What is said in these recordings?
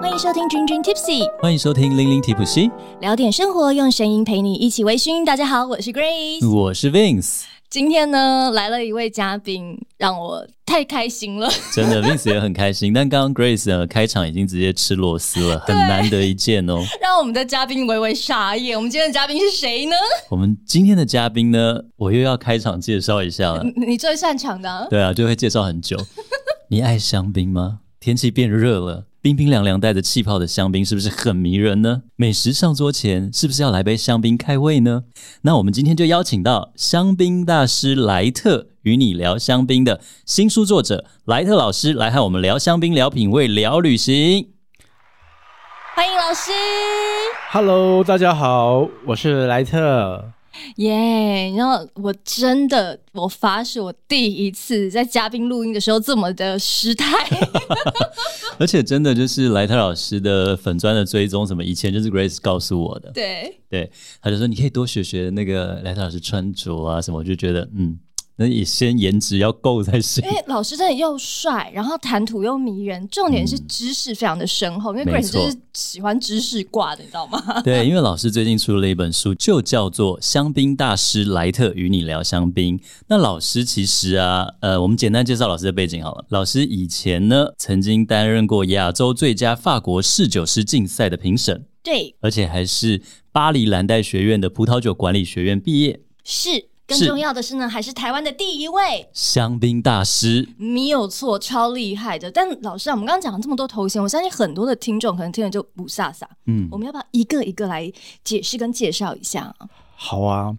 欢迎收听《君君 Tipsy》，欢迎收听《零零提普西》，聊点生活，用声音陪你一起微醺。大家好，我是 Grace。我是 Vince，今天呢，来了一位嘉宾，让我太开心了。 真的 Vince 也很开心。但刚刚 Grace 呢，开场已经直接吃螺丝了，很难得一见哦。让我们的嘉宾微微傻眼。我们今天的嘉宾是谁呢？我们今天的嘉宾呢，我又要开场介绍一下了。你你最擅长的啊、对啊，就会介绍很久。你爱香槟吗？天气变热了，冰冰凉凉带着气泡的香槟是不是很迷人呢？美食上桌前是不是要来杯香槟开胃呢？那我们今天就邀请到香槟大师莱特与你聊香槟的新书作者莱特老师来和我们聊香槟、聊品味、聊旅行。欢迎老师， Hello，大家好，我是莱特。耶、然后我真的，我发誓，我第一次在嘉宾录音的时候这么的失态。而且真的就是莱特老师的粉砖的追踪，什么以前就是 Grace 告诉我的，对，对，他就说你可以多学学那个莱特老师穿着啊什么，我就觉得嗯，那也先颜值要够才行 因。为老师真的又帅，然后谈吐又迷人，重点是知识非常的深厚。因为嗯没 Grace 错就是喜欢知识挂的，你知道 吗？对，因为老师最近出了一本书，就叫做《香槟大师莱特与你聊香槟》。那老师其实啊，呃，我们简单介绍老师的背景好了。老师以前呢，曾经担任过亚洲最佳法国侍酒师竞赛的评审，对，而且还是巴黎蓝带学院的葡萄酒管理学院毕业，是。更是重要的是呢，还是台湾的第一位，香槟大师。没有错，超厉害的。但老师啊，我们刚刚讲了这么多头衔，我相信很多的听众可能听了就不飒飒。嗯我，们要不要一个一个来解释跟介绍一下啊？好啊，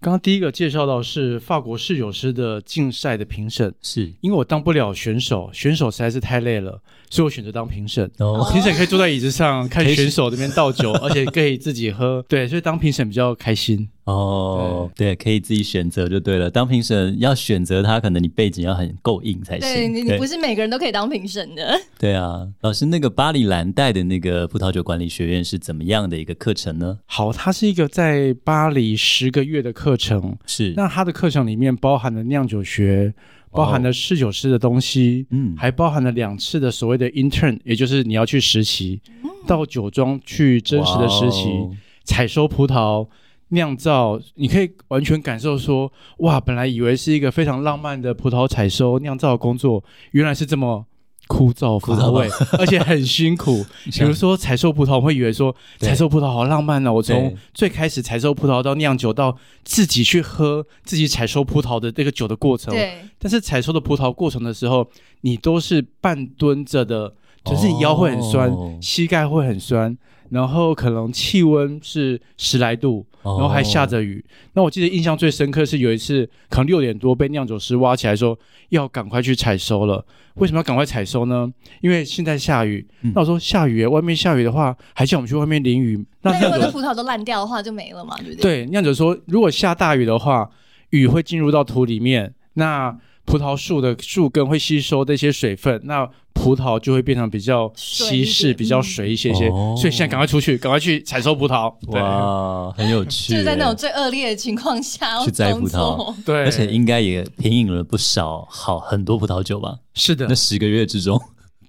刚刚第一个介绍到是法国侍酒师的竞赛的评审，是因为我当不了选手，选手实在是太累了，所以我选择当评审。哦，评审可以坐在椅子上看可以选手这边倒酒，而且可以自己喝，对，所以当评审比较开心。哦，对，可以自己选择就对了。当评审要选择他，可能你背景要很够硬才行。对你，你不是每个人都可以当评审 的。对啊，老师，那个巴黎蓝带的那个葡萄酒管理学院是怎么样的一个课程呢？好，它是一个在巴黎十个月的课程，是，那它的课程里面包含了酿酒学，包含了侍酒师的东西，哦嗯，还包含了两次的所谓的 intern，也就是你要去实习，到酒庄去真实的实习，哇哦采收葡萄。酿造，你可以完全感受说，哇，本来以为是一个非常浪漫的葡萄采收酿造的工作，原来是这么枯燥枯乏燥味， 而且很辛苦。比如说采收葡萄，我会以为说对采收葡萄好浪漫哦，我对从最开始采收葡萄到酿酒，到自己去喝自己采收葡萄的这个酒的过程，对，但是采收的葡萄过程的时候，你都是半蹲着的，只是你腰会很酸，哦膝盖会很酸，然后可能气温是十来度，然哦后还下着雨。那我记得印象最深刻是有一次，可能六点多被酿酒师挖起来说要赶快去采收了。为什么要赶快采收呢？因为现在下雨。嗯那我说下雨耶，外面下雨的话，还叫我们去外面淋雨。那那如酿果酒这葡萄都烂掉的话，就没了嘛，对不对？对，酿酒说，如果下大雨的话，雨会进入到土里面，那葡萄树的树根会吸收这些水分，那葡萄就会变成比较水一稀点释、比较嗯水一些些。哦所以现在赶快出去，赶快去采收葡萄。对哇，很有趣，就是在那种最恶劣的情况下去摘葡萄工作。对，而且应该也品饮了不少好很多葡萄酒吧？是的那，十个月之中，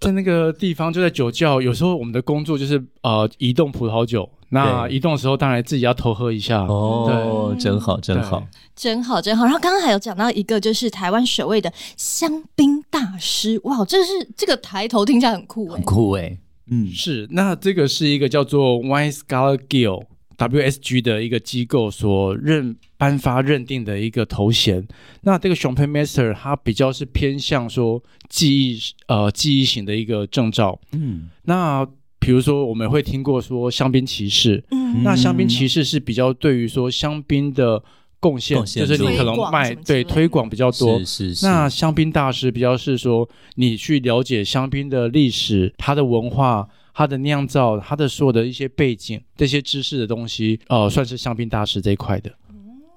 在那个地方就在酒窖，有时候我们的工作就是呃移动葡萄酒。那对移动的时候，当然自己要偷喝一下。哦，对真好，真对好，真好，真好。然后刚刚还有讲到一个，就是台湾首位的香槟大师，哇，这是这个抬头听起来很酷哎、很酷哎，嗯，是，那这个是一个叫做 Wine Scholar Guild WSG 的一个机构所认颁发认定的一个头衔。那这个 Champagne Master 它比较是偏向说记忆呃记忆型的一个证照。嗯，那比如说我们会听过说香槟骑士，嗯那香槟骑士是比较对于说香槟的贡献，贡献就是度你可能推广什么卖之类对的推广比较多是。是是，那香槟大师比较是说，你去了解香槟的历史、它的文化、它的酿造、它的所有的一些背景、这些知识的东西，呃，算是香槟大师这一块的。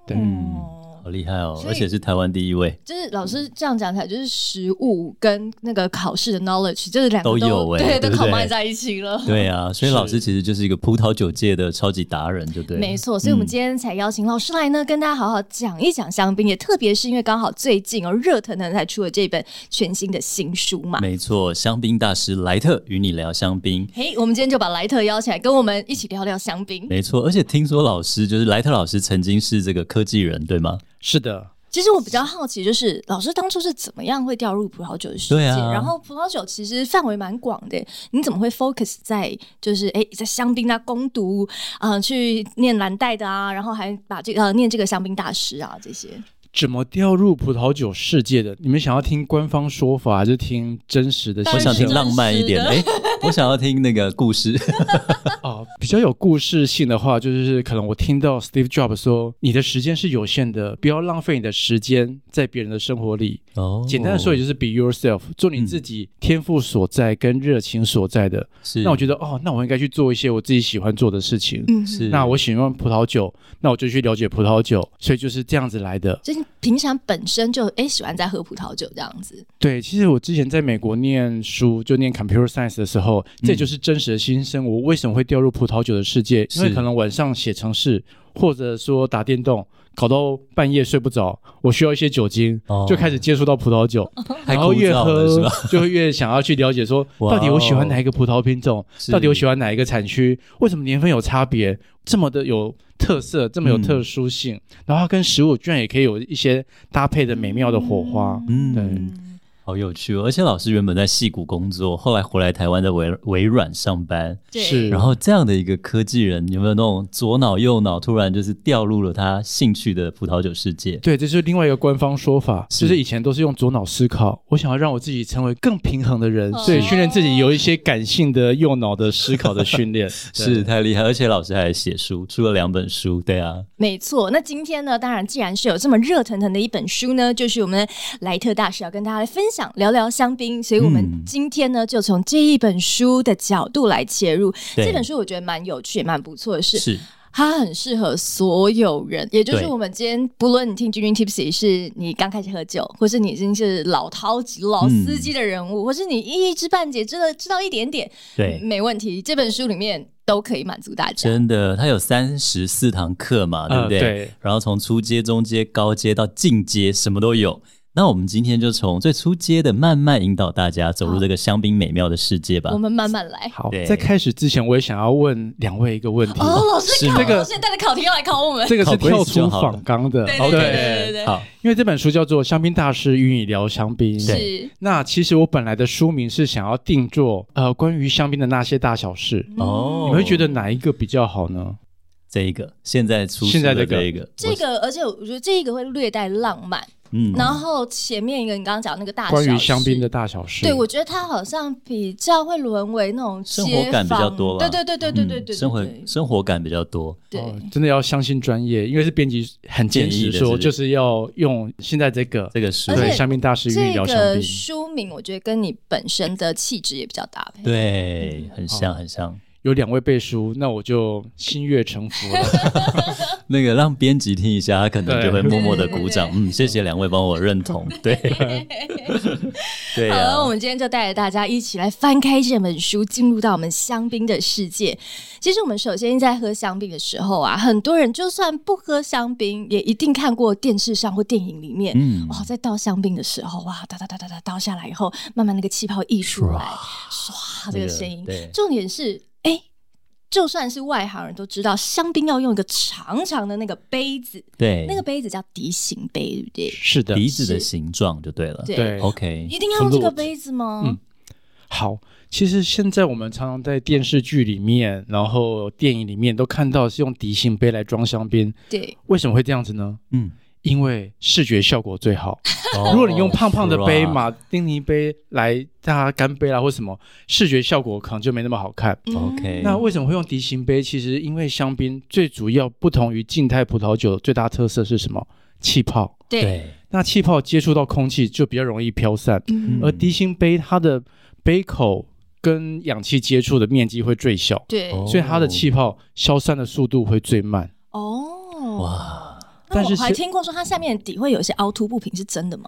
对嗯哦好厉害哦！所以而且是台湾第一位，就是老师这样讲起来，就是食物跟那个考试的 knowledge，就是两个都有欸对，都对不对 combine 在一起了。对啊，所以是老师其实就是一个葡萄酒界的超级达人，就对了，没错，所以我们嗯今天才邀请老师来呢，跟大家好好讲一讲香槟，也特别是因为刚好最近哦热腾腾才出了这本全新的新书嘛。没错，香槟大师莱特与你聊香槟。嘿我们今天就把莱特邀起来，跟我们一起聊聊香槟。没错，而且听说老师就是莱特老师曾经是这个科技人，对吗？是的，其实我比较好奇，就是老师当初是怎么样会掉入葡萄酒的世界？对啊然后葡萄酒其实范围蛮广的，你怎么会 focus 在就是哎、在香槟啊、攻读啊、呃去念蓝带的啊，然后还把这个、呃、念这个香槟大师啊这些？怎么掉入葡萄酒世界的？你们想要听官方说法，还是听真实的心我声？想听真浪漫一点，实的哎、 我想要听那个故 事。哦，比较有故事性的话，就是可能我听到 Steve Jobs 说：“你的时间是有限的，不要浪费你的时间在别人的生活里。”哦简单的说，也句，就是 be yourself，做你嗯自己天赋所在跟热情所在的。是那我觉得，哦，那我应该去做一些我自己喜欢做的事情。嗯，是那我喜欢葡萄酒，那我就去了解葡萄酒，所以就是这样子来的。就是平常本身就哎、喜欢在喝葡萄酒这样子。对，其实我之前在美国念书，就念 computer science 的时候，嗯这就是真实的心声。我为什么会掉入葡萄酒的世界？因为是可能晚上写程式，或者说打电动，搞到半夜睡不着，我需要一些酒精，哦就开始接触到葡萄酒，哦太然枯后越燥了是喝吧？就会越想要去了解说，哇哦到底我喜欢哪一个葡萄品种，是到底我喜欢哪一个产区，为什么年份有差别，这么的有特色，这么有嗯特殊性，然后它跟食物居然也可以有一些搭配的美妙的火花。嗯，对好有趣哦！而且老师原本在戏谷工作，后来回来台湾的微微软上班，对，是然后这样的一个科技人，有没有那种左脑右脑突然就是掉入了他兴趣的葡萄酒世界？对，这是另外一个官方说法，是就是以前都是用左脑思考，我想要让我自己成为更平衡的人，哦所以训练自己有一些感性的右脑的思考的训 练。是对，太厉害，而且老师还写书，出了两本书，对啊，没错，那今天呢，当然既然是有这么热腾腾的一本书呢，就是我们莱特大师要跟大家来分享聊聊香槟，所以我嗯们今天呢，就从这一本书的角度来切入。对这本书我觉得蛮有趣，也蛮不错的是，是它很适合所有人，也就是对我们今天不论你听君君 Tipsy 是你刚开始喝酒，或是你已经是老饕级老嗯司机的人物，或是你一知半解，知道知道一点点，对。没问题。这本书里面都可以满足大家。真的，他有三十四堂课嗯嘛，对不呃，对？对，然后从初阶、中阶、高阶到进阶，什么都有。那我们今天就从最初阶的，慢慢引导大家走入这个香槟美妙的世界吧我。们慢慢来。好对，在开始之前，我也想要问两位一个问题，哦，老师是考，这个老师带着考题要来考我们。这个考是 quiz 跳就出好了仿纲的，对对对对对对好，因为这本书叫做《香槟大师与你聊香槟》。是那其实我本来的书名是想要定做呃关于香槟的那些大小事，嗯哦你会觉得哪一个比较好呢？这一个现在出现在的这个这一个，这我个，而且我觉得这个会略带浪漫。嗯然后前面一个你刚刚讲那个大关于小香槟事的。大小事，对，我觉得它好像比较会沦为那种生街活感比较坊多吧对对对对对对对，嗯生活对生活感比较多，对嗯哦，真的要相信专业，因为是编辑很坚建议的持是不说，是就是要用现在这个这个书而且对香槟大师与你这聊香个槟。书名我觉得跟你本身的气质也比较搭配。嗯对很像很像。有两位背书，那我就心悦诚服了。那个让编辑听一下，他可能对就会默默的 对对对鼓掌。嗯，谢谢两位帮我认同。 对，对好啊了，我们今天就带着大家一起来翻开这本书，进入到我们香槟的世界。其实我们首先在喝香槟的时候啊，很多人就算不喝香槟，也一定看过电视上或电影里面。哦嗯，哇，在倒香槟的时候，哇，哒哒哒哒哒倒下来以后，慢慢那个气泡溢出来，唰，这那个个声音。对重点是，哎、就算是外行人都知道，香槟要用一个长长的那个杯子，对，那个杯子叫笛形杯，对不对？是的，笛子的是形状就对了。 对对。 OK，一定要用这个 Flute 杯子吗？嗯好，其实现在我们常常在电视剧里面，然后电影里面都看到是用迪信杯来装香槟，对，为什么会这样子呢？ 嗯，因为视觉效果最好。哦如果你用胖胖的杯，是吧马丁尼杯来大家干杯啦，或什么，视觉效果可能就没那么好看。嗯 OK，那为什么会用迪型杯？其实因为香槟最主要不同于静态葡萄酒最大特色是什么？气泡。对，对那气泡接触到空气就比较容易飘散，嗯，而迪型杯它的杯口跟氧气接触的面积会最小，对，哦所以它的气泡消散的速度会最慢。哦，哇，那但我是还现听过说它下面的底会有一些凹凸不平，是真的吗？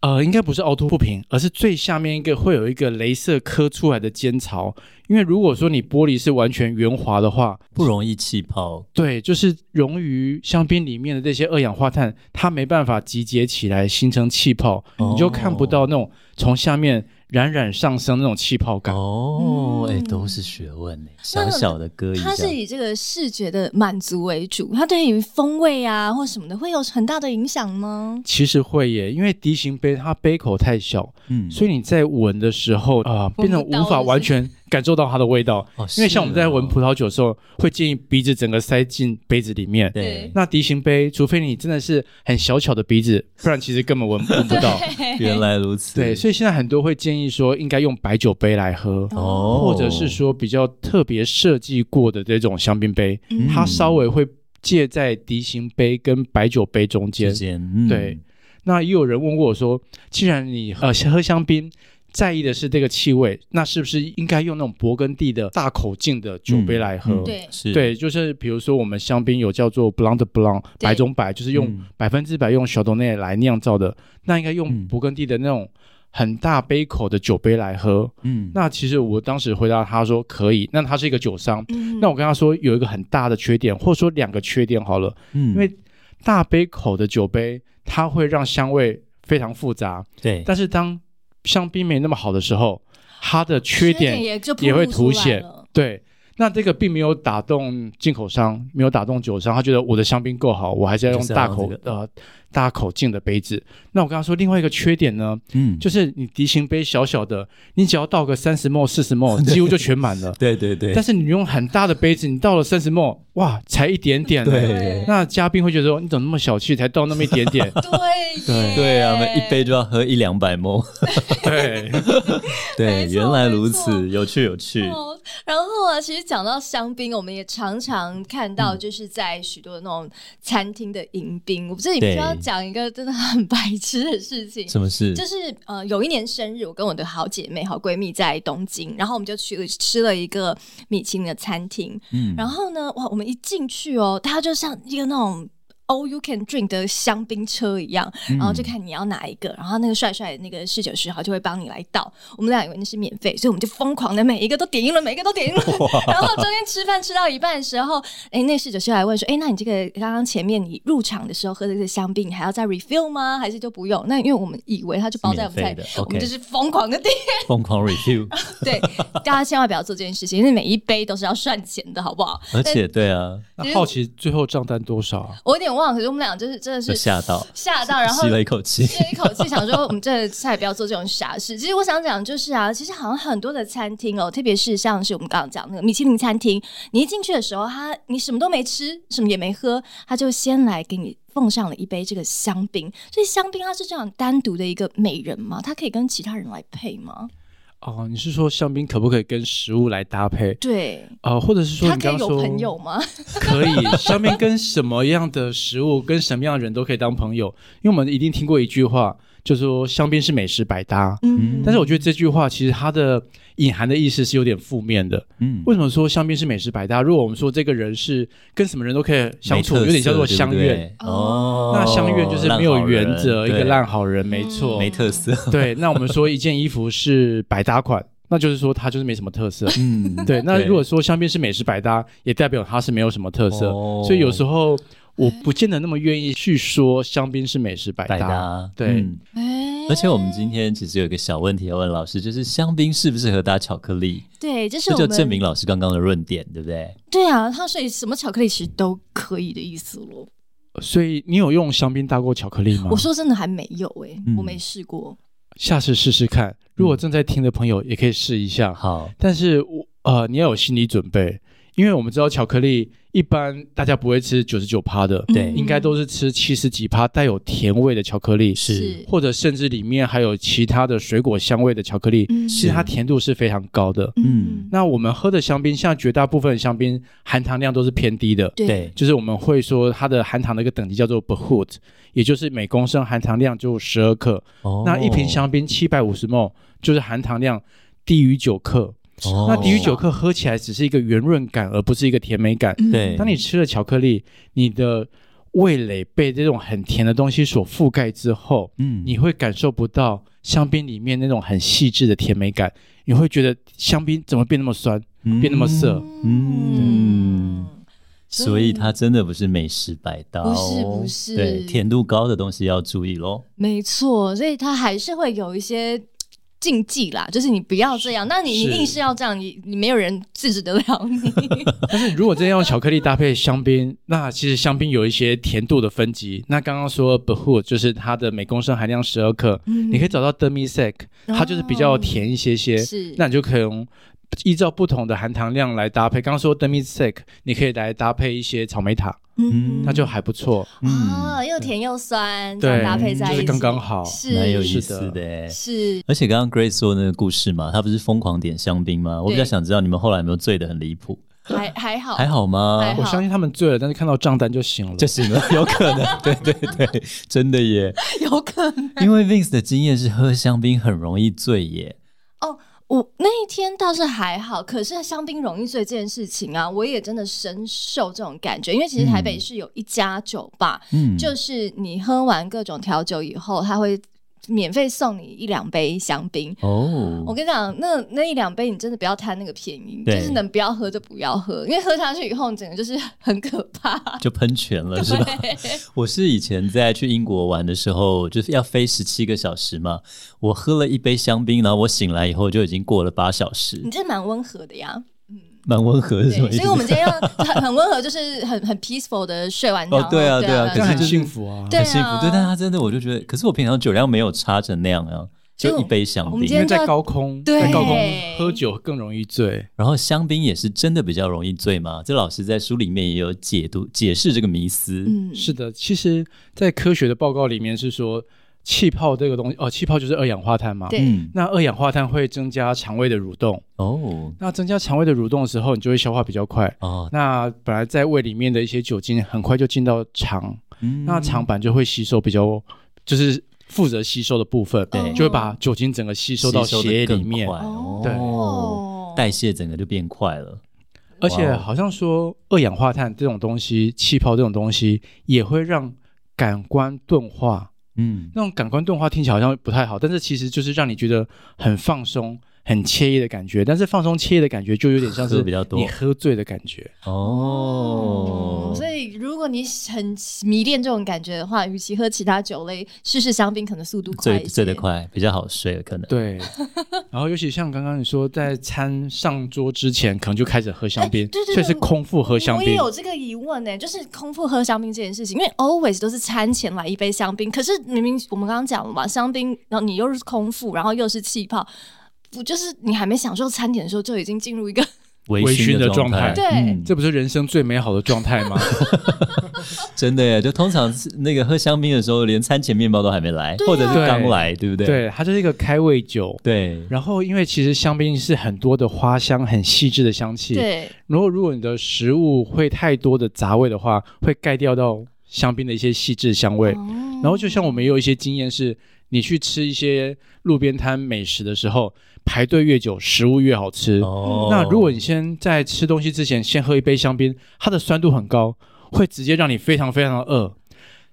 呃，应该不是凹凸不平，而是最下面一个会有一个镭射刻出来的尖槽。因为如果说你玻璃是完全圆滑的话，不容易气泡。对，就是溶于香槟里面的这些二氧化碳，它没办法集结起来形成气泡，哦你就看不到那种从下面冉冉上升那种气泡感。哦，哎、嗯都是学问哎，小小的割一下它，是以这个视觉的满足为主，它对于风味啊或什么的会有很大的影响吗？其实会耶，因为低型杯它杯口太小，嗯所以你在闻的时候啊、变成闻不到无法完全感受到它的味道。哦因为像我们是哦在闻葡萄酒的时候，会建议鼻子整个塞进杯子里面。对， 那迪型杯，除非你真的是很小巧的鼻子，不然其实根本闻 闻不到。原来如此，对，所以现在很多会建议说，应该用白酒杯来喝，哦，或者是说比较特别设计过的这种香槟杯，嗯它稍微会介在迪型杯跟白酒杯中间之。间，嗯对，那也有人问过我说，既然你呃喝香槟在意的是这个气味，那是不是应该用那种勃艮第的大口径的酒杯来喝？嗯对是，对，就是比如说我们香槟有叫做 Blanc de Blanc 对白中白，就是用嗯百分之百用小 h a d 来酿造的，那应该嗯用勃艮第的那种很大杯口的酒杯来喝。嗯，那其实我当时回答他说可以，那他是一个酒商，嗯那我跟他说有一个很大的缺点，或者说两个缺点好了，因因为大杯口的酒杯它会让香味非常复杂，对，但是当香槟没那么好的时候，它的缺点也就也会暴露凸出来显了。？对，那这个并没有打动进口商，没有打动酒商，他觉得我的香槟够好，我还是要用就是要大用口、这个呃大口径的杯子。那我跟他说，另外一个缺点呢，嗯，。就是你迪型杯小小的，你只要倒个三十 ml、四十 ml，几乎就全满了对对对，但是你用很大的杯子，你倒了三十 ml，哇，才一点点呢。对那嘉宾会觉得说，你怎么那么小气，才倒那么一点 点对对对啊，每一杯就要喝一两 百沫，对，对，没错原来如没错此，有趣有趣，哦，然后啊，其实讲到香槟，我们也常常看到，就是在许多那种餐厅的迎宾。我这里必须要对讲一个真的很白痴的事情，什么事？就是呃，有一年生日，我跟我的好姐妹、好闺蜜在东京，然后我们就去了吃了一个米其林的餐厅。 嗯然后呢，哇，我们一进去哦，它就像一个那种 all you can drink 的香槟车一样，然嗯后就看你要哪一个，然后那个帅帅的那个侍酒师好就会帮你来倒。我们俩以为那是免费，所以我们就疯狂的每一个都点一轮，每一个都点一轮。然后中间吃饭吃到一半的时候，哎，那侍酒师还问说，哎，那你这个刚刚前面你入场的时候喝的这个香槟，你还要再 refill 吗？还是就不用？那因为我们以为它就包在我们菜免费的我们 OK 就是疯狂的点。疯狂 review，对，大家千万不要做这件事情，因为每一杯都是要算钱的，好不好？而且对啊，那好奇最后账单多少啊？我有点忘了，可是我们俩就是真的就是吓到，吓到，然后吸了一口气，吸了一口气，想说我们这再也不要做这种傻事。其实我想讲就是啊，其实好像很多的餐厅哦，特别是像是我们刚刚讲那个米其林餐厅，你一进去的时候，他你什么都没吃，什么也没喝，他就先来给你。奉上了一杯这个香槟，所以香槟它是这样单独的一个美人吗？它可以跟其他人来配吗？哦，你是说香槟可不可以跟食物来搭配？对，呃，或者是说它你可刚以刚有说朋友吗？可以，香槟跟什么样的食物、跟什么样的人都可以当朋友，因为我们一定听过一句话，就说香槟是美食百搭。嗯，但是我觉得这句话其实它的隐含的意思是有点负面的。嗯，为什么说香槟是美食百搭？如果我们说这个人是跟什么人都可以相处，有点叫做相相怨。哦。那相怨就是没有原烂好人则，一个对嗯烂好人，没错。没特色。对，那我们说一件衣服是百搭款，那就是说它就是没什么特 色。嗯，对，那对如果说香槟是美食百搭，也代表它是没有什么特色，哦所以有时候我不见得那么愿意去说香槟是美食百百搭对嗯哎而且我们今天其实有一个小问题要问老师，就是香槟适不适合搭巧克力？对，这是这我就们证明老师刚刚的论点，对不对？对啊，它所以什么巧克力其实都可以的意思咯。所以你有用香槟搭过巧克力吗我？说真的还没有哎、嗯我没试过。下次试试看。如果正在听的朋友也可以试一下，好，但是我呃，你要有心理准备，因为我们知道巧克力一般大家不会吃九十九趴的，嗯对应该都是吃七十几趴带有甜味的巧克力，是或者甚至里面还有其他的水果香味的巧克力，嗯其实它甜度是非常高的。嗯那我们喝的香槟，像绝大部分的香槟含糖量都是偏低的，对对，就是我们会说它的含糖的一个等级叫做 Behut，也就是每公升含糖量就十二克。哦那一瓶香槟七百五十 ml，就是含糖量低于九克。哦那低于九克喝起来只是一个圆润感，而不是一个甜美感。嗯对当你吃了巧克力，你的味蕾被这种很甜的东西所覆盖之后，嗯，你会感受不到香槟里面那种很细致的甜美感，你会觉得香槟怎么变那么酸？嗯变那么涩嗯嗯，所以它真的不是美食百搭、不哦，是不是对，甜度高的东西要注意喽。没错，所以它还是会有一些。禁忌啦，就是你不要这样。那你是你硬是要这样，你你没有人制止得了你。但是如果真的用巧克力搭配香槟，那其实香槟有一些甜度的分级。那刚刚说 b e h u 就是它的每公升含量十二克，嗯你可以找到 demi sec，它就是比较甜一些些。哦是，那你就可以用依照不同的含糖量来搭配。刚刚说 demi sec，你可以来搭配一些草莓塔，嗯那就还不错。啊，又甜又酸，这对，样搭配在就一是起，刚刚好。是蛮有意是思的耶。是而且刚刚 Grace 说的那个故事嘛，她不是疯狂点香槟吗？我比较想知道你们后来有没有醉得很离谱，还还好，还好吗？哦还好我相信他们醉了，但是看到账单就醒了。就行了，有可 能，对对对，真的耶。有可能。因为 Vince 的经验是喝香槟很容易醉耶，我那一天倒是还好，可是香槟容易醉这件事情啊，我也真的深受这种感觉。因为其实台北嗯市有一家酒吧，嗯，就是你喝完各种调酒以后，他会免费送你一两杯香槟。哦，我跟你讲，那那一两杯你真的不要贪那个便宜，就对是能不要喝就不要喝，因为喝下去以后，你整个就是 很可怕。就喷泉 了是吧？我是以前在去英国玩的时候，就是要飞十七个小时嘛，我喝了一杯香槟，然后我醒来以后就已经过了八小时你，这蛮温和的呀，蛮温和的，嗯对 是什么，意所思以？我们今天 要很很温和，就是很很 peaceful 的睡完觉。哦对啊对对啊可这样是很就是幸福啊。 对很幸啊福，对，但他真的我就觉得，可是我平常酒量没有差成那样啊，所以就我一杯香我们槟今，因天为在高空，对嗯在高空喝酒更容易醉。然后香槟也是真的比较容易醉嘛，这老师在书里面也有解读解释这个迷思，嗯，是的，其实，在科学的报告里面是说，气泡这个东西，哦，气泡就是二氧化碳嘛。对嗯，那二氧化碳会增加肠胃的蠕动，哦那增加肠胃的蠕动的时候，你就会消化比较快。哦，那本来在胃里面的一些酒精，很快就进到肠，嗯那肠板就会吸收比较，就是负责吸收的部分，对就会把酒精整个吸收到吸得血液里更面快。哦对哦，代谢整个就变快了。而哇且哦好像说二氧化碳这种东西，气泡这种东西，也会让感官钝化。嗯，那种感官钝化听起来好像不太好，但是其实就是让你觉得很放松、很惬意的感觉。但是放松惬意的感觉就有点像喝是比较多你喝醉的感觉。哦嗯，所以如果你很迷恋这种感觉的话，与其喝其他酒类，试试香槟可能速度快一醉些。醉得快，比较好睡，可 能。对，然后尤其像刚刚你说，在餐上桌之前，可能就开始喝香槟，对对对所以是空腹喝香我也槟。有这个疑问呢、就是空腹喝香槟这件事情，因为 always 都是餐前来一杯香槟，可是明明我们刚刚讲了嘛，香槟，然后你又是空腹，然后又是气泡，不就是你还没享受餐点的时候，就已经进入一个微微醺的状状态对嗯这不是人生最美好的状 态吗？真的耶！就通常是那个喝香槟的时候，连餐前面包都还没来，对啊或者是刚来，对不对？对，它就是一个开胃酒。对，然后，因为其实香槟是很多的花香，很细致的香气。。对然后，如果你的食物会太多的杂味的话，会盖掉到香槟的一些细致香味。哦然后，就像我们也有一些经验是，你去吃一些路边摊美食的时候，排队越久，食物越好吃。哦那如果你先在吃东西之前先喝一杯香槟，它的酸度很高，会直接让你非常非常的饿。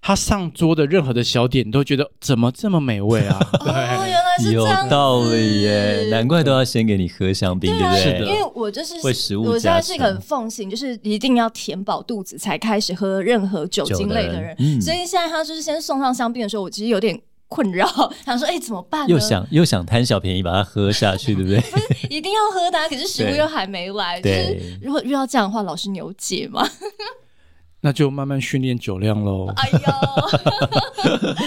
它上桌的任何的小点，你都觉得怎么这么美味啊？ 哦，原来是有这样子，道理耶，难怪都要先给你喝香槟，对对啊，不是对？的因为我就是为食物我现加在是一个成很奉行，就是一定要填饱肚子才开始喝任何酒酒精类的人人，，嗯所以现在他就是先送上香槟的时候，我其实有点困扰，想说哎、怎么办呢？又想又想贪小便宜把它喝下去，对不对？一定要喝的、啊，可是食物对又还没来，就是对，如果遇到这样的话，老师你有解吗？那就慢慢训练酒量喽。 哎 呦，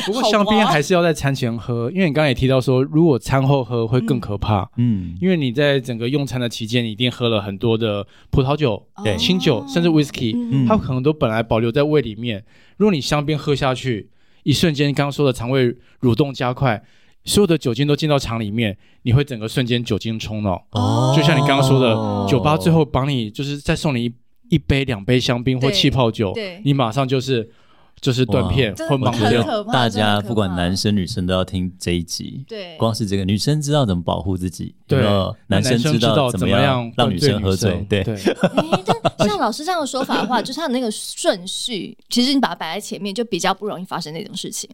不过好香槟哇还是要在餐前喝，因为你刚才也提到说，如果餐后喝会更可怕，嗯，因为你在整个用餐的期间，你一定喝了很多的葡萄酒、对哦清酒，甚至 whisky，、嗯它可能都本来保留在胃里面。如果你香槟喝下去，一瞬间刚刚说的肠胃蠕动加快，所有的酒精都进到肠里面，你会整个瞬间酒精冲脑。哦就像你刚刚说的哦酒吧最后帮你就是再送你一一杯、两杯香槟或对气泡酒，对你马上就是就是断片哇或真的盲很掉。可怕大真的家很可不管怕男生女生都要听这一集。对，光是这个，女生知道怎么保护自己，对有没有那男生知道怎么样让灌女醉生喝醉生，对，对，哎，但像老师这样的说法的话，就是他的那个顺序，其实你把它摆在前面，就比较不容易发生那种事情。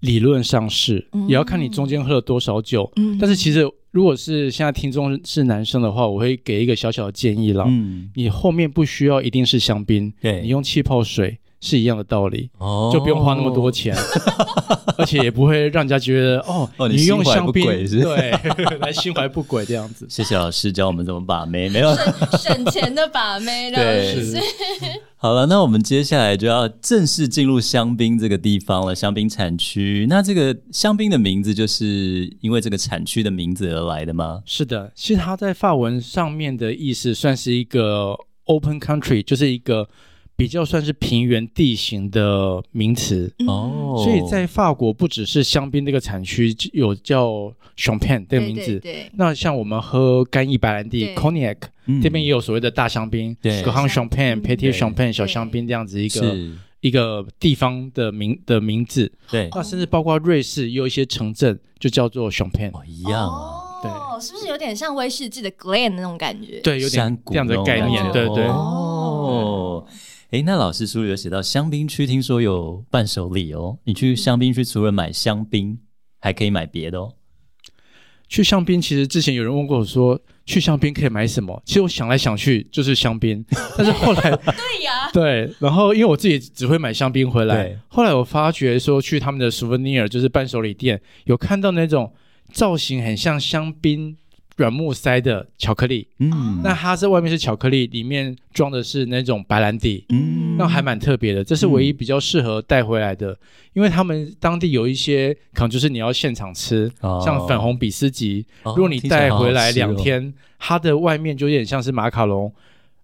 理论上是嗯，也要看你中间喝了多少酒。嗯但是其实如果是现在听众是男生的话，我会给一个小小的建议啦。嗯，你后面不需要一定是香槟，对你用气泡水是一样的道理，哦就不用花那么 多钱，而且也不会让人家觉得哦，哦你你用心怀香不槟轨是不对， 来心怀不轨这样子。 谢谢老师教我们怎么把妹，没有 啦省省钱的把妹，然后对是是，好了，那我们接下来就要正式进入香槟这个地方了，香槟产区。那这个香槟的名字就是因为这个产区的名字而来的吗？是的，其实它在法文上面的意思算是一个 open country，就是一个比较算是平原地形的名词。嗯哦，所以在法国不只是香槟这个产区有叫 champagne 这对个名字，对对，那像我们喝干邑白兰地对 cognac，嗯这边也有所谓的大香槟，对隔行小香 champagne、槟嗯对 petit champagne、小香槟这样子一个是，一个地方的名的名字。对，那甚至包括瑞士也有一些城镇就叫做 champagne，哦，一样啊。哦，是不是有点像威士忌的 Glen 那种感觉？对，有山点谷这样的概念那，对种感觉对。哦，哎，那老师书里有写到香槟区，听说有伴手礼哦。你去香槟区除了买香槟，还可以买别的哦。去香槟，其实之前有人问过我说，去香槟可以买什么？其实我想来想去就是香 槟，但是后来对呀，对，然后因为我自己只会买香槟回对来，后来我发觉说去他们的 souvenir 就是伴手礼店，有看到那种造型很像香槟软木塞的巧克力，嗯，那它这外面是巧克力，里面装的是那种白兰地。嗯那还蛮特别的，这是唯一比较适合带回来的，因为他们当地有一些可能就是你要现场吃，哦像粉红比斯吉，哦如果你带回来两，听起天，它的外面就有点像是马卡龙，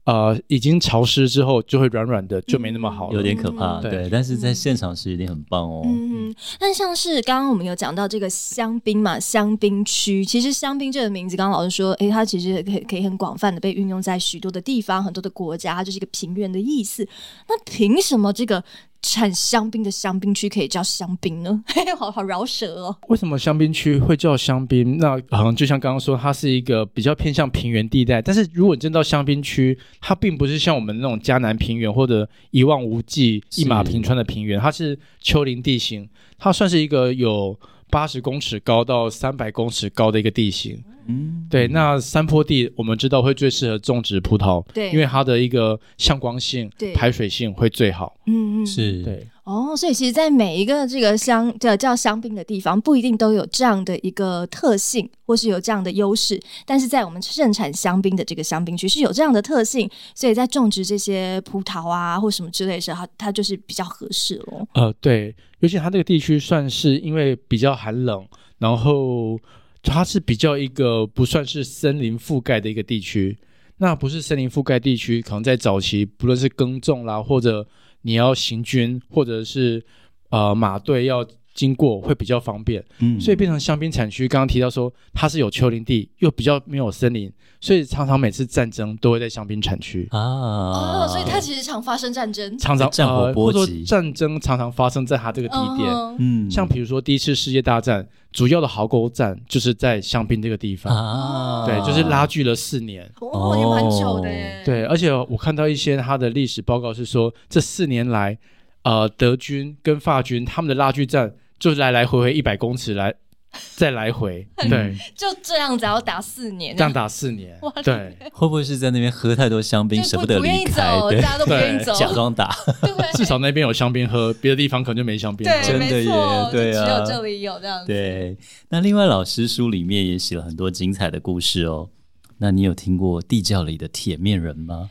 呃，已经潮湿之后就会软软的，就没那么好来好吃哦了。有点可怕，嗯对，但是在现场吃一定很棒哦。嗯，那像是刚刚我们有讲到这个香槟嘛，香槟区，其实香槟这个名字，刚刚老师说，诶，它其实可以可以很广泛的被运用在许多的地方、很多的国家，它就是一个平原的意思。那凭什么这个产香槟的香槟区可以叫香槟呢？ 嘿，好好饶舌哦。为什么香槟区会叫香槟？那好像就像刚刚说，它是一个比较偏向平原地带。但是如果你真到香槟区，它并不是像我们那种迦南平原或者一望无际、是一马平川的平原，它是丘陵地形，它算是一个有八十公尺高到三百公尺高的一个地形。嗯，对，那山坡地我们知道会最适合种植葡萄，对因为它的一个向光性对、排水性会最好。嗯嗯，是，对，哦，所以其实，在每一个这个香叫叫香槟的地方，不一定都有这样的一个特性，或是有这样的优势。但是在我们盛产香槟的这个香槟区是有这样的特性，所以在种植这些葡萄啊或什么之类的时候，它它就是比较合适咯。呃，对，尤其它这个地区算是因为比较寒冷，然后它是比较一个不算是森林覆盖的一个地区。那不是森林覆盖地区，可能在早期，不论是耕种啦，或者你要行军，或者是呃马队要经过，会比较方便。嗯所以变成香槟产区，刚刚提到说它是有丘陵地，又比较没有森林，所以常常每次战争都会在香槟产区，啊，哦，所以它其实常发生战争。常常战火呃波及或者说战争常常发生在它这个地点。嗯哼嗯像比如说第一次世界大战，主要的壕沟战就是在香槟这个地方，啊，对，就是拉锯了四年。哦，也蛮久的耶。对，而且我看到一些它的历史报告是说，这四年来，呃，德军跟法军他们的拉锯战就来来回回一百公尺来， 再来回，对，就这样子要打四年，这样打四年，对。会不会是在那边喝太多香槟，舍就不得不愿离意开，走，大对，家都不愿意走，假装打， 对至少那边有香槟喝，别的地方可能就没香槟喝。对，真的没耶错，就对啊只有这里有这样子。对，那另外老师书里面也写了很多精彩的故事哦。那你有听过地窖里的铁面人吗？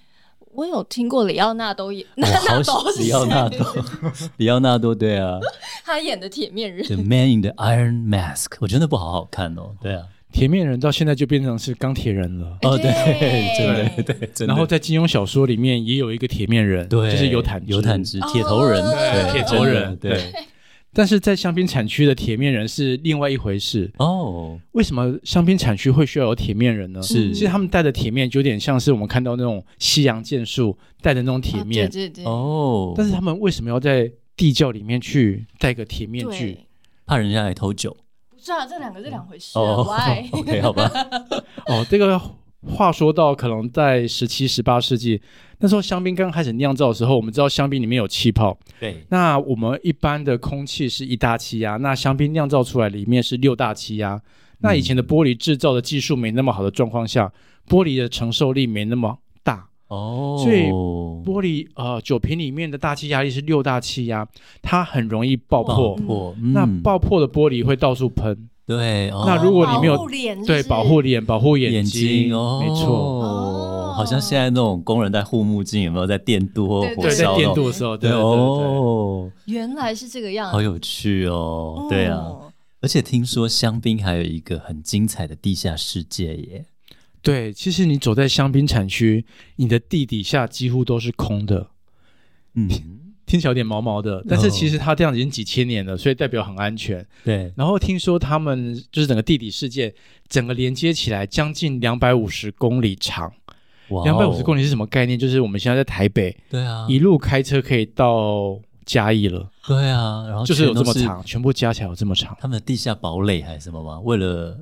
我有听过里奥纳多演，我那纳哦好多喜是里奥纳谁？多，里奥纳多，对啊他演的铁面人， ，The Man in the Iron Mask，我觉得那部好好看哦。对啊，铁面人到现在就变成是钢铁人了。哦 哎对啊对，真的对，真的然后在金庸小说里面也有一个铁面人，对就是有坦有坦之。之铁头人，哦对铁真头的人对但是在香槟产区的铁面人是另外一回事。哦，为什么香槟产区会需要有铁面人呢？是其实他们戴的铁面就有点像是我们看到那种西洋剑术戴的那种铁面，啊对对对，哦，但是他们为什么要在地窖里面去戴个铁面具。对，怕人家来偷酒。不知道这两个是两回事啊。哦 Why？ ，OK，好吧。哦，这个话说到可能在十七、十八世纪，那时候香槟刚开始酿造的时候，我们知道香槟里面有气泡，对，那我们一般的空气是一大气压，那香槟酿造出来里面是六大气压。那以前的玻璃制造的技术没那么好的状况下，玻璃的承受力没那么大，哦，所以玻璃呃酒瓶里面的大气压力是六大气压，它很容易爆破。爆破，那嗯爆破的玻璃会到处喷，对，哦 那如果你没有保护脸是不对，是，保护脸，保护嗯眼睛，睛哦，没错。哦好像现在那种工人戴护目镜，有没有在电镀或对火对，在烧那电种？镀的时候，对对对对哦，原来是这个样好子。有趣哦，对啊，哦，而且听说香槟还有一个很精彩的地下世界耶，对，其实你走在香槟产区，你的地底下几乎都是空的，嗯，听起来有点毛毛的，但是其实它这样子已经几千年了，所以代表很安全。对，然后听说他们就是整个地底世界整个连接起来将近两百五十公里长，哇哦，两百五十公里是什么概念？就是我们现在在台北对啊，一路开车可以到嘉义了，对啊，然后就是有全都这么，长，全部加起来有这么长。他们的地下堡垒还是什么吗？为了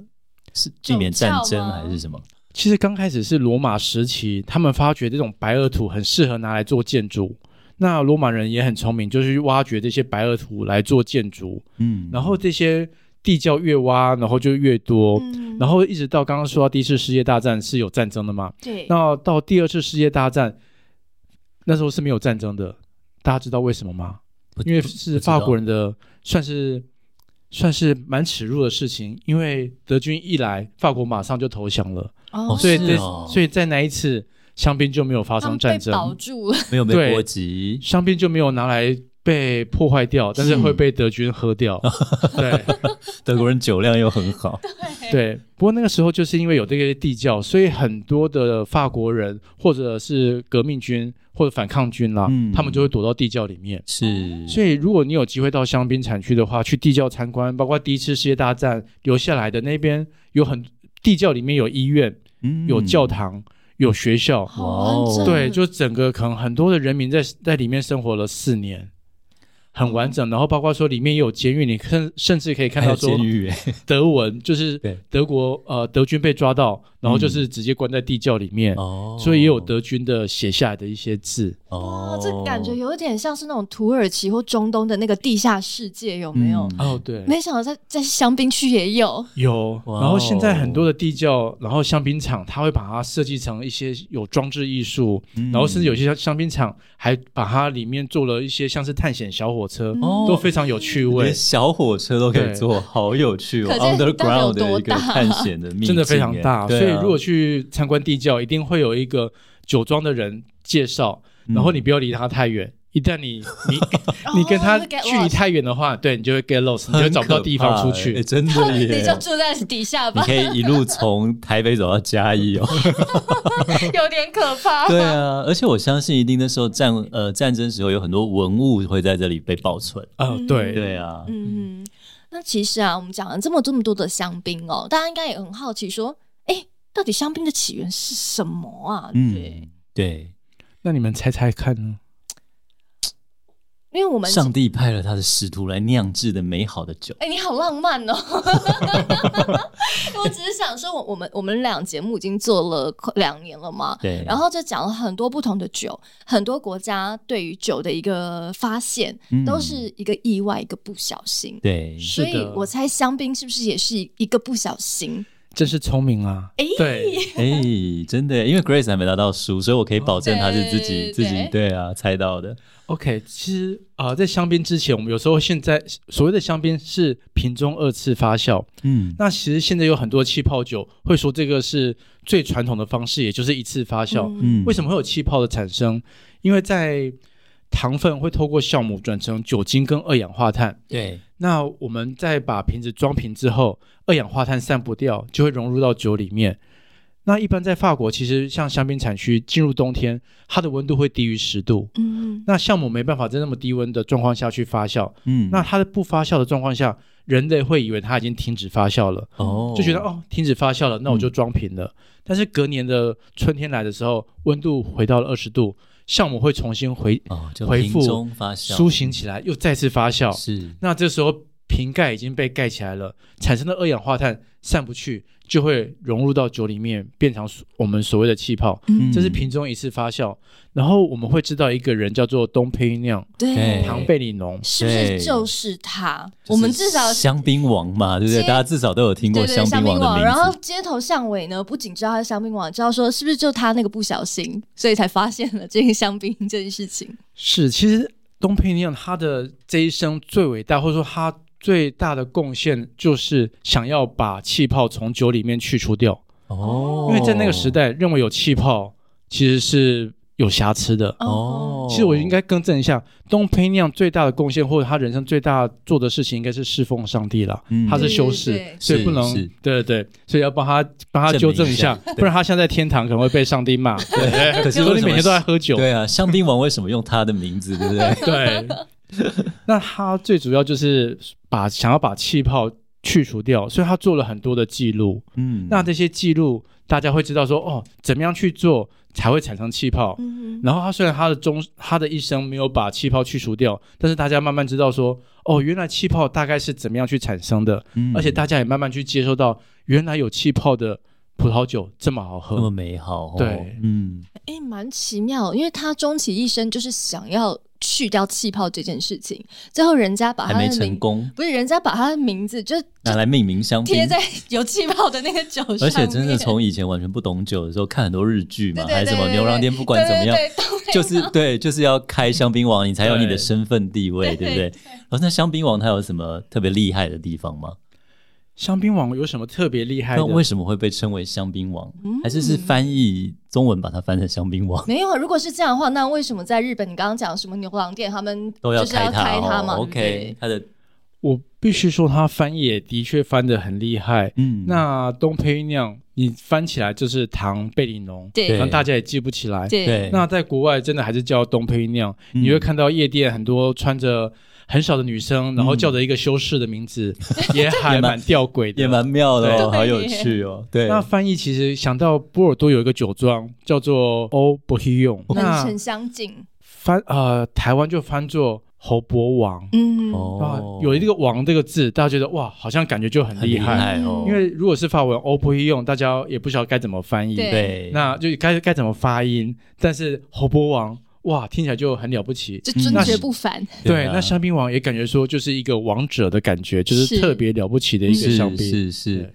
是避免战宗教争哦吗还是什么？其实刚开始是罗马时期，他们发觉这种白垩土很适合拿来做建筑。那罗马人也很聪明，就是去挖掘这些白垩土来做建筑，嗯，然后这些地窖越挖，然后就越多。嗯然后一直到刚刚说到第一次世界大战是有战争的嘛？对，那到第二次世界大战，那时候是没有战争的，大家知道为什么吗？不因为不不是知道法国人的，算是算是蛮耻辱的事情。因为德军一来，法国马上就投降了，哦所以是这、哦所以在那一次，香槟就没有发他生们战被保争，住了，没有被对波及，香槟就没有拿来被破坏掉，但是嗯会被德军喝 掉。对。德国人酒量又很好，对，不过那个时候就是因为有这个地窖，所以很多的法国人或者是革命军或者反抗军啦，嗯他们就会躲到地窖里面。是，所以，如果你有机会到香槟产区的话，去地窖参观，包括第一次世界大战留下来的那边有很地窖里面有医院、嗯有教堂、有学哦校，好完整对，就整个可能很多的人民在在里面生活了四年，很完整。然后包括说里面也有监狱，你甚甚至可以看还有到说监 狱耶，德文，就是对嗯德国呃德军被抓到，然后就是直接关在地窖里面，哦所以也有德军的写下来的一些字。哇，哦这哦感觉有点像是那种土耳其或中东的那个地下世界，有没有？嗯哦，对，没想到在在香槟区也有，有。哇哦然后现在很多的地窖，然后香槟厂，它会把它设计成一些有装置艺术，嗯然后甚至有些香香槟厂还把它里面做了一些像是探险小火车，哦都非常有趣味连。小火车都可以对坐，好有趣哦可见到底有！Underground 的多一个大啊探险的秘境耶，真的非常大，所对啊以如果去参观地窖，一定会有一个酒庄的人介绍，嗯然后你不要离他太远。一旦 你你你跟他哦，get 距离 lost 太远的话，对你就会 get lost，你就会很找不到可地方怕出哎去。哦真的 你耶就！住在底下你吧，可以一路从台北走到嘉 义哦，有点可怕。对啊，而且我相信一定那时候战呃战争时候有很多文物会在这里被保存，嗯，对对啊，嗯，那其实啊，我们讲了这么这么多的香槟哦，大家应该也很好奇，说，哎，到底香槟的起源是什么啊？对，嗯，对，那你们猜猜看呢？因为我们上帝派了他的使徒来酿制的美好的酒，哎、你好浪漫 哦！ 我只是想说，我我们我们俩节目已经做了快两年了嘛，对，然后就讲了很多不同的酒，很多国家对于酒的一个发现，嗯都是一个意外，一个不小心。对，所以是的我猜香槟是不是也是一个不小心？真是聪明啊！哎对，哎、真的耶，因为 Grace 还没拿到书，所以我哦可以保证他是自对己、自己对啊猜到的。 OK，其实啊、呃在香槟之前，我们有时候现在所谓的香槟是瓶中二次发酵，嗯，那其实现在有很多气泡酒会说这个是最传统的方式，也就是一次发酵。嗯嗯为什么会有气泡的产生？因为在糖分会透过酵母转成酒精跟二氧化碳。对那我们再把瓶子装瓶之后，二氧化碳散不掉，就会融入到酒里面。那一般在法国，其实像香槟产区进入冬天，它的温度会低于十度。嗯，那酵母没办法在那么低温的状况下去发酵，嗯那它的不发酵的状况下，人类会以为它已经停止发酵了。哦嗯就觉得哦，停止发酵了，那我就装瓶了。但是隔年的春天来的时候，温度回到了二十度，酵母会重新回哦，就回瓶复中发酵，苏醒起来，又再次发酵。是那这时候瓶盖已经被盖起来了，产生的二氧化碳散不去，就会融入到酒里面，变成所我们所谓的气泡。嗯这是瓶中一次发酵，然后我们会知道一个人叫做东佩酿对对，庞贝里农，是不对是就是他？就是我们至少香槟王嘛，对不对？接大家至少都有听过对对香槟槟的王，然后名字。街头巷尾呢，不仅知道他是香槟王，知道说是不是就他那个不小心，所以才发现了这个香槟这件事 情。是，其实东佩尼亚他的这一生最伟大，或者说他最大的贡献，就是想要把气泡从酒里面去除掉，哦因为在那个时，代，认为有气泡其实是有瑕疵的。哦，其实我应该更正一下，东佩尼亚最大的贡献，或者他人生最大做的事情，应该是侍奉上帝了。嗯他是修对对对，士所以是不能是对对对，所以要帮他帮他证纠明正一一下下，不然他现在在天堂可能会被上帝骂。对，可是为说你什每么天都在喝酒，对啊，香槟王为什么用他的名字，对不对？对， 那他最主要就是把想要把气泡去除掉，所以他做了很多的记录。嗯，那这些记录大家会知道说，哦，怎么样去做才会产生气泡。嗯哼，然后他虽然他的中他的一生没有把气泡去除掉，但是大家慢慢知道说，哦，原来气泡大概是怎么样去产生的，嗯而且大家也慢慢去接受到，原来有气泡的葡萄酒这么好喝。那么美好哦，对嗯，哎，蛮奇妙，因为他终其一生就是想要去掉气泡这件事情，最后人家把还他没的成名功，不是人家把他的名字就拿来命名香槟，贴在有气泡的那个酒上面， 而且真的从以前完全不懂酒的时候，看很多日剧对嘛，对对还是什么对对牛郎店，不管怎么样，对对对都会就是对，就是要开香槟王，你才有你的身份地位，对对不对？然后那香槟王他有什么特别厉害的地方吗？香槟王有什么特别厉害那的？为什么会被称为香槟王？嗯还是是翻译中文把它翻成香 槟王？没有，啊，如果是这样的话，那为什么在日本你刚刚讲什么牛郎店，他们都就是开要它开哦它嘛、对不对，OK，它的我必须说，他翻译也的确翻得很厉害。嗯，那东培酿，你翻起来就是糖贝里浓，对然后大家也记不起来。对对，那在国外真的还是叫东培酿，嗯你会看到夜店很多穿着很少的女生，然后嗯叫着一个修士的 名字，也还蛮吊诡的，也蛮妙的哦，对好有趣哦，对，那翻译其实想到波尔多有一个酒庄叫做欧博希用，哦很那很相近，翻呃台湾就翻作侯伯王嗯，啊哦，，有一个“王”这个字，大家觉得哇，好像感觉就很很厉厉害。害哦，嗯因为如果是法文欧不会用，大家也不晓得该怎么翻译，对对，那就该该怎么发音。但是侯伯王哇，听起来就很了不起。就嗯尊那爵是不凡，对对，啊那香槟王也感觉说就是一个王者的感觉，就是是特别了不起的一个是香槟。是是对，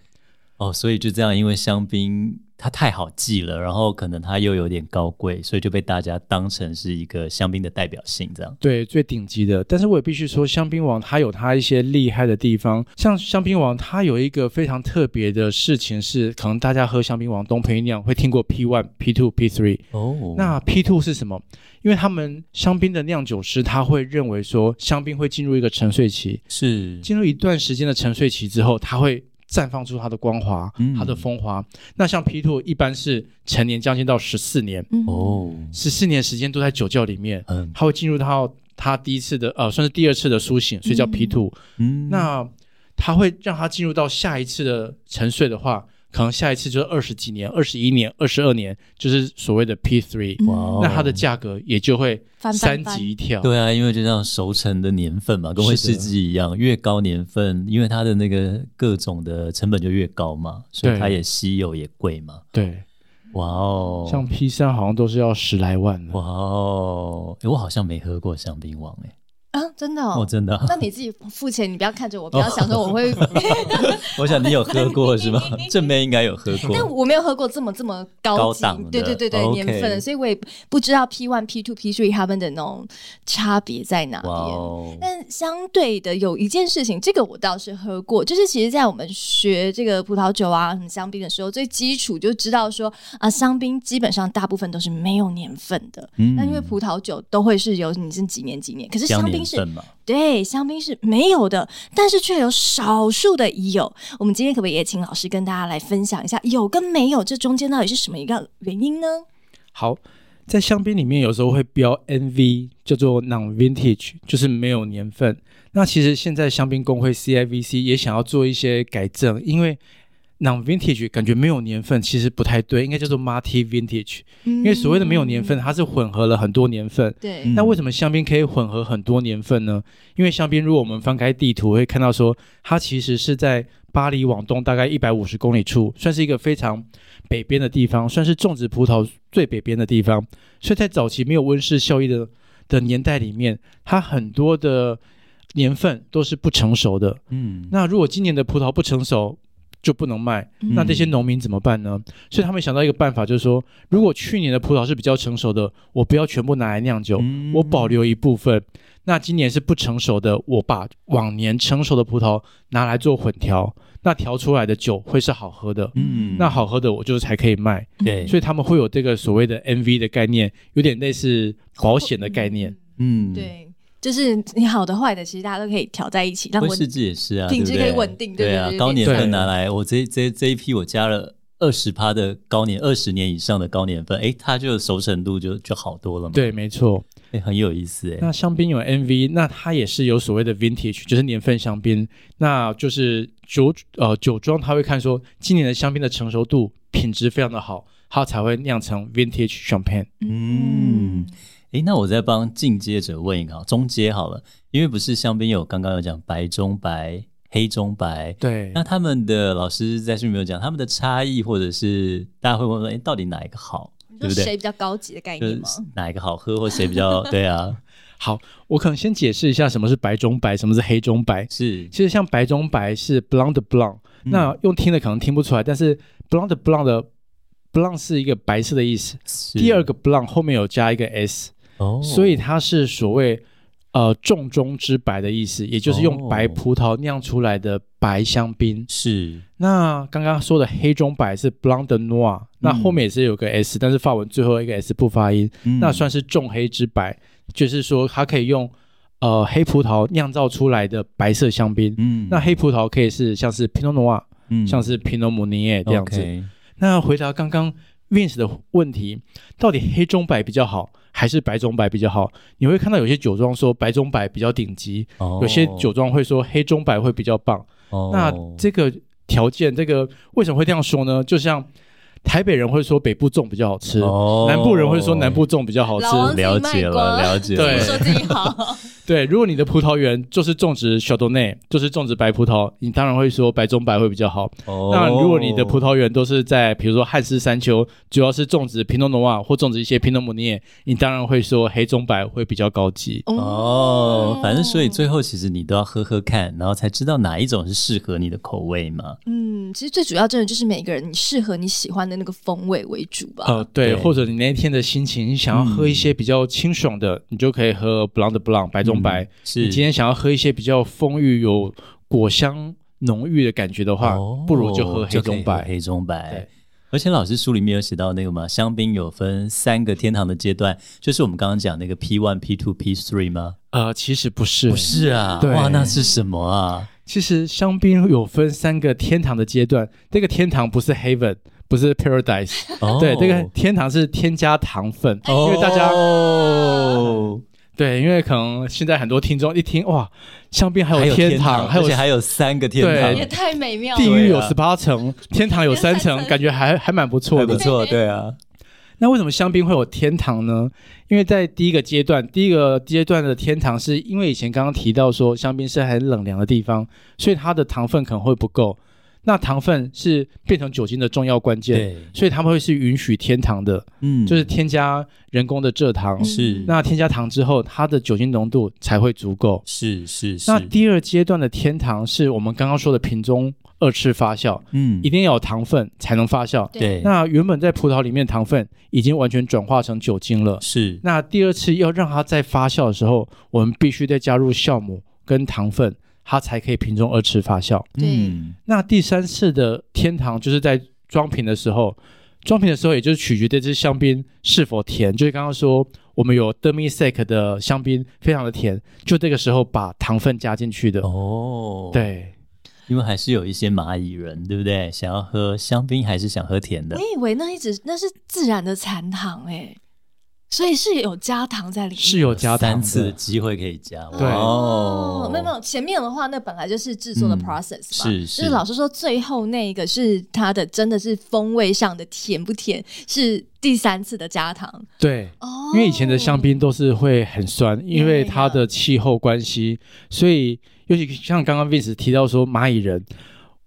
哦，所以就这样，因为香槟它太好记了，然后可能它又有点高贵，所以就被大家当成是一个香槟的代表性，这样。对，最顶级的。但是我也必须说，香槟王他有他一些厉害的地方。像香槟王，他有一个非常特别的事情是，可能大家喝香槟王东培酿会听过 P one、P two、P three。哦那 P two 是什么？因为他们香槟的酿酒师他会认为说，香槟会进入一个沉睡期，是进入一段时间的沉睡期之后，它会绽放出它的光华嗯，它的风华。那像 P two 一般是成年将近到十四年，嗯，哦，十四年时间都在酒窖里面，嗯它会进入到它第一次的呃，算是第二次的苏醒，所以叫 P two、嗯，那它会让它进入到下一次的沉睡的话，可能下一次就是二十几年、二十一年、二十二年，就是所谓的 P three、嗯哇哦那它的价格也就会翻三翻翻级跳。对啊，因为就像熟成的年份嘛，跟威是的士忌一样，越高年份，因为它的那个各种的成本就越高嘛，所以对它也稀有也贵嘛。对哇哦，像 P 三好像都是要十来万的哇。哦，诶我好像没喝过香槟王诶，啊，真的、哦。哦，真的哦啊，那你自己付钱，你不要看着我，不要想说我会， 我想你有喝过是吗？正妹应该有喝过。但我没有喝过这么这么高级高档的对对对对 OK 年份的，所以我也不知道 P one、P two、P three 他们的那种差别在哪哇边。哦，但相对的，有一件事情，这个我倒是喝过，就是其实，在我们学这个葡萄酒啊、什么香槟的时候，最基础就知道说啊，香槟基本上大部分都是没有年份的。嗯那因为葡萄酒都会是有你是几年几年，可是香香槟槟是份嘛，对香槟是没有的，但是却有少数的有。我们今天可不可以也请老师跟大家来分享一下，有跟没有这中间到底是什么一个原因呢？好，在香槟里面有时候会标 NV，叫做 non vintage，就是没有年份。那其实现在香槟工会 CIVC 也想要做一些改正，因为 non vintage 感觉没有年份，其实不太对，应该叫做 multi vintage，因因为所谓的没有年嗯份，它是混合了很多年份。对，嗯那为什么香槟可以混合很多年份呢？因为香槟，如果我们翻开地图，会看到说它其实是在巴黎往东大概一百五十公里处，算是一个非常北边的地方，算是种植葡萄最北边的地方。所以在早期没有温室效益的的年代里面，它很多的年份都是不成熟的。嗯，那如果今年的葡萄不成熟，就不能卖，嗯那这些农民怎么办呢？所以他们想到一个办法，就是说，如果去年的葡萄是比较成熟的，我不要全部拿来酿酒，嗯我保留一部分。那今年是不成熟的，我把往年成熟的葡萄拿来做混调，那调出来的酒会是好喝的。嗯那好喝的，我就是才可以卖，对，所以他们会有这个所谓的 NV 的概念，有点类似保险的概念。嗯，对，就是你好的坏的，其实大家都可以调在一起，让威我士忌也是啊，品质对不对可以稳定对对啊对，对高年对份拿来，我这这这一批我加了二十趴的高年，二十年以上的高年份，诶，它就熟成度就就好多了嘛，，对，没错。诶，很有意思诶。那香槟有 NV，那它也是有所谓的 vintage，就是年份香槟。那就是酒呃酒庄他会看说今年的香槟的成熟度品质非常的好，它才会酿成 vintage champagne。嗯，诶，那我再帮进阶者问一个好，中阶好了，因为不是香槟有刚刚有讲白中白、黑中白，对那他们的老师在是没有讲他们的差异，或者是大家会问说，诶，到底哪一个好，你对说不谁对？比较高级的概就念是吗？哪一个好喝，或谁 比较对啊？好，我可能先解释一下什么是白中白，什么是黑中白。是其实像白中白是 blonde de blonde，、那嗯用听的可能听不出来，但是 blonde de blonde 的 blonde 是一个白色的意思，第二个，个 blonde 后面有加一个 s。哦所以它是所谓呃重中之白的意思，也就是用白葡萄酿出来的白香槟。是那刚刚说的黑中白是 blanc de noir，、那后面也是有个 s，但是法文最后一个 s 不发音，嗯那算是重黑之白，就是说它可以用呃黑葡萄酿造出来的白色香槟。嗯那黑葡萄可以是像是 Pinot Noir，、嗯像是 Pinot Meunier 这样子。 OK 那回答刚刚 Vince 的问题，到底黑中白比较好，还是白中白比较好？你会看到有些酒庄说白中白比较顶级，哦有些酒庄会说黑中白会比较棒。哦那这个条件，这个为什么会这样说呢？就像台北人会说北部粽比较好吃，哦南部人会说南部粽比较好吃。老王自己了解卖了，瓜了解了对说自己好，对，如果你的葡萄园就是种植小豆内，就是种植白葡萄，你当然会说白中白会比较好。哦那如果你的葡萄园都是在比如说汉斯山丘，主要是种植 Pinot Noir 啊或种植一些 Pinot Meunier，你当然会说黑中白会比较高级。 哦，反正所以后。最后其实你都要喝喝看，然后才知道哪一种是适合你的口味嘛。嗯，其实最主要真的就是每个人你适合你喜欢的那个风味为主吧。呃，对，对或者你那一天的心情，你想要喝一些比较清爽的，你就可以喝 Blanc de Blanc 白中白。是你今天想要喝一些比较丰裕、有果香浓郁的感觉的话，哦不如就喝黑可以中喝白。黑中白对。而且老师书里面有写到那个嘛，香槟有分三个天堂的阶段，就是我们刚刚讲那个 P one、P two、P three 吗？呃，其实不是，不是啊，对哇，那是什么啊？其实香槟有分三个天堂的阶段，这个天堂不是 Heaven，不是 Paradise。哦对，这个天堂是添加糖分，哦因为大家对，因为可能现在很多听众一听哇，香槟还还有有天堂，堂，还而有且还有三个天堂，对也太美妙地了。狱对有啊十八层，天堂有三层，感觉还还蛮不错还的不。错，对啊，那为什么香槟会有天堂呢？因为在第一个阶段，第一个阶段的天堂是因为以前刚刚提到说香槟是很冷凉的地方，所以它的糖分可能会不够。那糖分是变成酒精的重要关键，对，所以他们会是允许天堂的，嗯，就是添加人工的蔗糖。嗯是那添加糖之后，它的酒精浓度才会足够。是是是，那第二阶段的天堂是我们刚刚说的瓶中二次发酵，嗯一定要有糖分才能发酵。对，那原本在葡萄里面糖分已经完全转化成酒精了。是那第二次要让它再发酵的时候，我们必须再加入酵母跟糖分，它才可以瓶中二次发酵。对嗯那第三次的天堂就是在装瓶的时候，装瓶的时候也就是取决这支香槟是否甜，就是刚刚说我们有 demi sec 的香槟非常的甜，就这个时候把糖分加进去的。哦，，对，因为还是有一些蚂蚁人，对不对？想要喝香槟还是想喝甜的我，以为那一直那是自然的残糖哎、所以是有加糖在里面。是有加三糖次的的，机会可以加，对哇哦哦，没有没有，前面的话那本来就是制作的嗯 process 嘛，是就是是老师说最后那一个是它的真的是风味上的甜不甜，是第三次的加糖对。哦，因为以前的香槟都是会很酸，因为它的气候关系，所以尤其像刚刚 Vince 提到说蚂蚁人，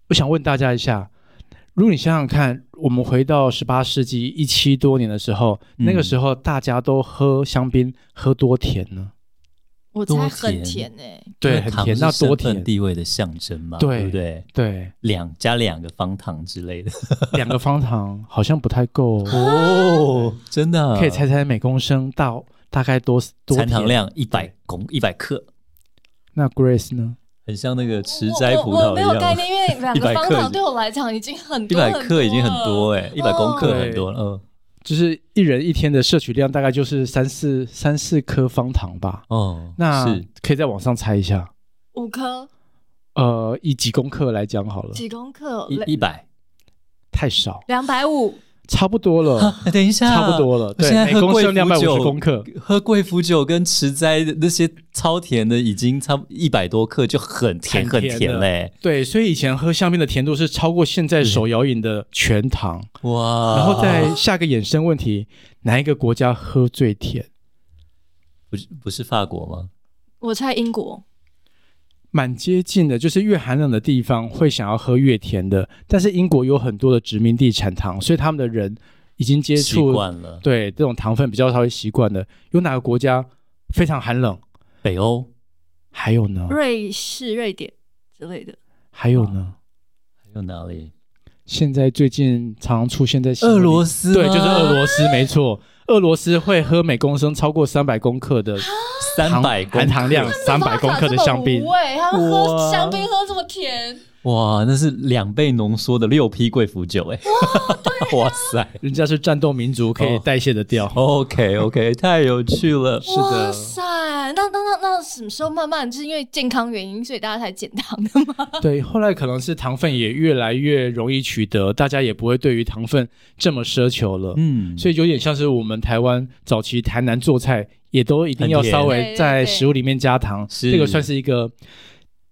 我想问大家一下，如果你想想看，我们回到十八世纪一七多年的时候，嗯那个时候大家都喝香槟喝多甜呢？我猜很多甜甜哎、对，因为很糖甜，是那多身甜份？地位的象征嘛，对对不对？对，两加两个方糖之类的两个方糖好像不太 够哦，哦，真的可以猜猜每公升到大概多多残甜糖？量一百公一百克，那 Grace 呢？很像那个吃我摘葡我我萄没有一概样。念，因为两个100方克已糖经对我来讲已经很一多，嗯百克已经很多了哎、一百公克哦很多了，嗯，就是一人一天的摄取量大概就是三四三四颗方糖吧。哦，那是可以在网上猜一下，五颗呃，以几公克来讲好了，几公克，一一百，太少，两百五，差不多了，哎等一下，差不多了。我对现，在每喝公贵升两百腐五十酒公克，喝贵腐酒跟池斋的那些超甜的，已经差一百多克就很甜很很甜甜哎的嘞、对，所以以前喝香槟的甜度是超过现嗯在手摇饮的全糖。哇！然后再下个衍生问题，哪一个国家喝最甜？不是不是法国吗？我猜英国蛮接近的，就是越寒冷的地方会想要喝越甜的，但是英国有很多的殖民地产糖，所以他们的人已经接习触惯了对这种糖分比较稍微习惯的，有哪个国家非常寒冷？北欧，还有呢？瑞士、瑞典之类的。还有呢？还有哪里？现在最近常出现在新闻俄里罗斯对，就是俄罗斯，没错。俄罗斯会喝每公升超过三百公克的三百公含糖量三百公克的香槟，对，他们喝哇香槟喝这么甜，哇，那是两倍浓缩的六批贵腐酒哎、 哇塞人家是战斗民族，可以哦代谢得掉。 ，OK OK，太有趣了。是的哇塞！那那那那什么时候慢慢就是因为健康原因，所以大家才减糖的 吗？ 对，后来可能是糖分也越来越容易取得，大家也不会对于糖分这么奢求了。嗯，所以以有点像是我们台湾早期台南做菜，也都一定要很甜稍微在食物里面加糖，对对对这个是算是一个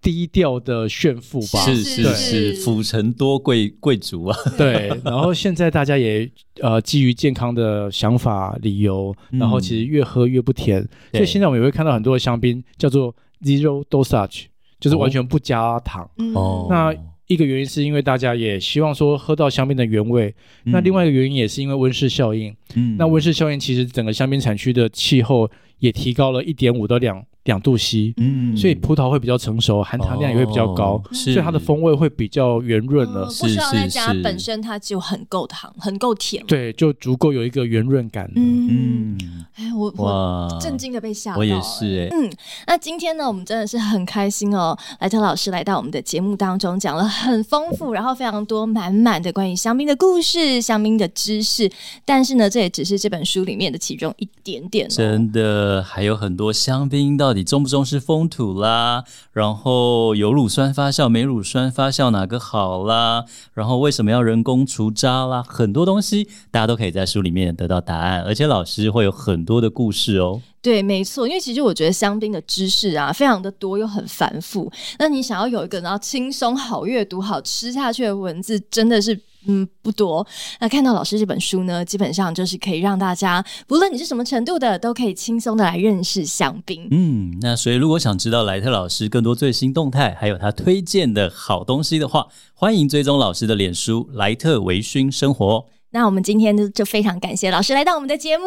低调的炫富吧。是对是是，府城多贵贵族啊，对。然后现在大家也呃基于健康的想法理由，嗯然后其实越喝越不甜，所以对现在我们也会看到很多的香槟叫做 zero dosage，就是完全不加糖。嗯哦，那一个原因是因为大家也希望说喝到香槟的原味，嗯那另外一个原因也是因为温室效应。嗯，嗯那温室效应其实整个香槟产区的气候也提高了一点五到两两度 C，、嗯所以葡萄会比较成熟，含糖量也会比较高，哦是所以它的风味会比较圆润了。哦不需要再是加，是本身它就很够糖，很够甜了。对，就足够有一个圆润感了。嗯，嗯，哎，我我哇，震惊的被吓到，我也是哎、嗯，那今天呢，我们真的是很开心哦，莱特老师来到我们的节目当中，讲了很丰富，然后非常多满满的关于香槟的故事、香槟的知识。但是呢，这也只是这本书里面的其中一点点、哦。真的还有很多香槟到底重不重视风土啦，然后有乳酸发酵没乳酸发酵哪个好啦，然后为什么要人工除渣啦，很多东西大家都可以在书里面得到答案，而且老师会有很多的故事哦。对，没错，因为其实我觉得香槟的知识啊，非常的多又很繁复。那你想要有一个然后轻松、好阅读、好吃下去的文字，真的是。嗯，不多。那看到老师这本书呢，基本上就是可以让大家，不论你是什么程度的，都可以轻松的来认识香槟。嗯，那所以如果想知道莱特老师更多最新动态，还有他推荐的好东西的话，欢迎追踪老师的脸书莱特微醺生活。那我们今天就就非常感谢老师来到我们的节目，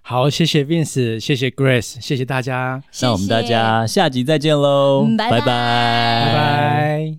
好，谢谢 Vince，谢谢 Grace，谢谢大家，那我们谢谢大家下集再见喽嗯，拜拜拜拜拜拜。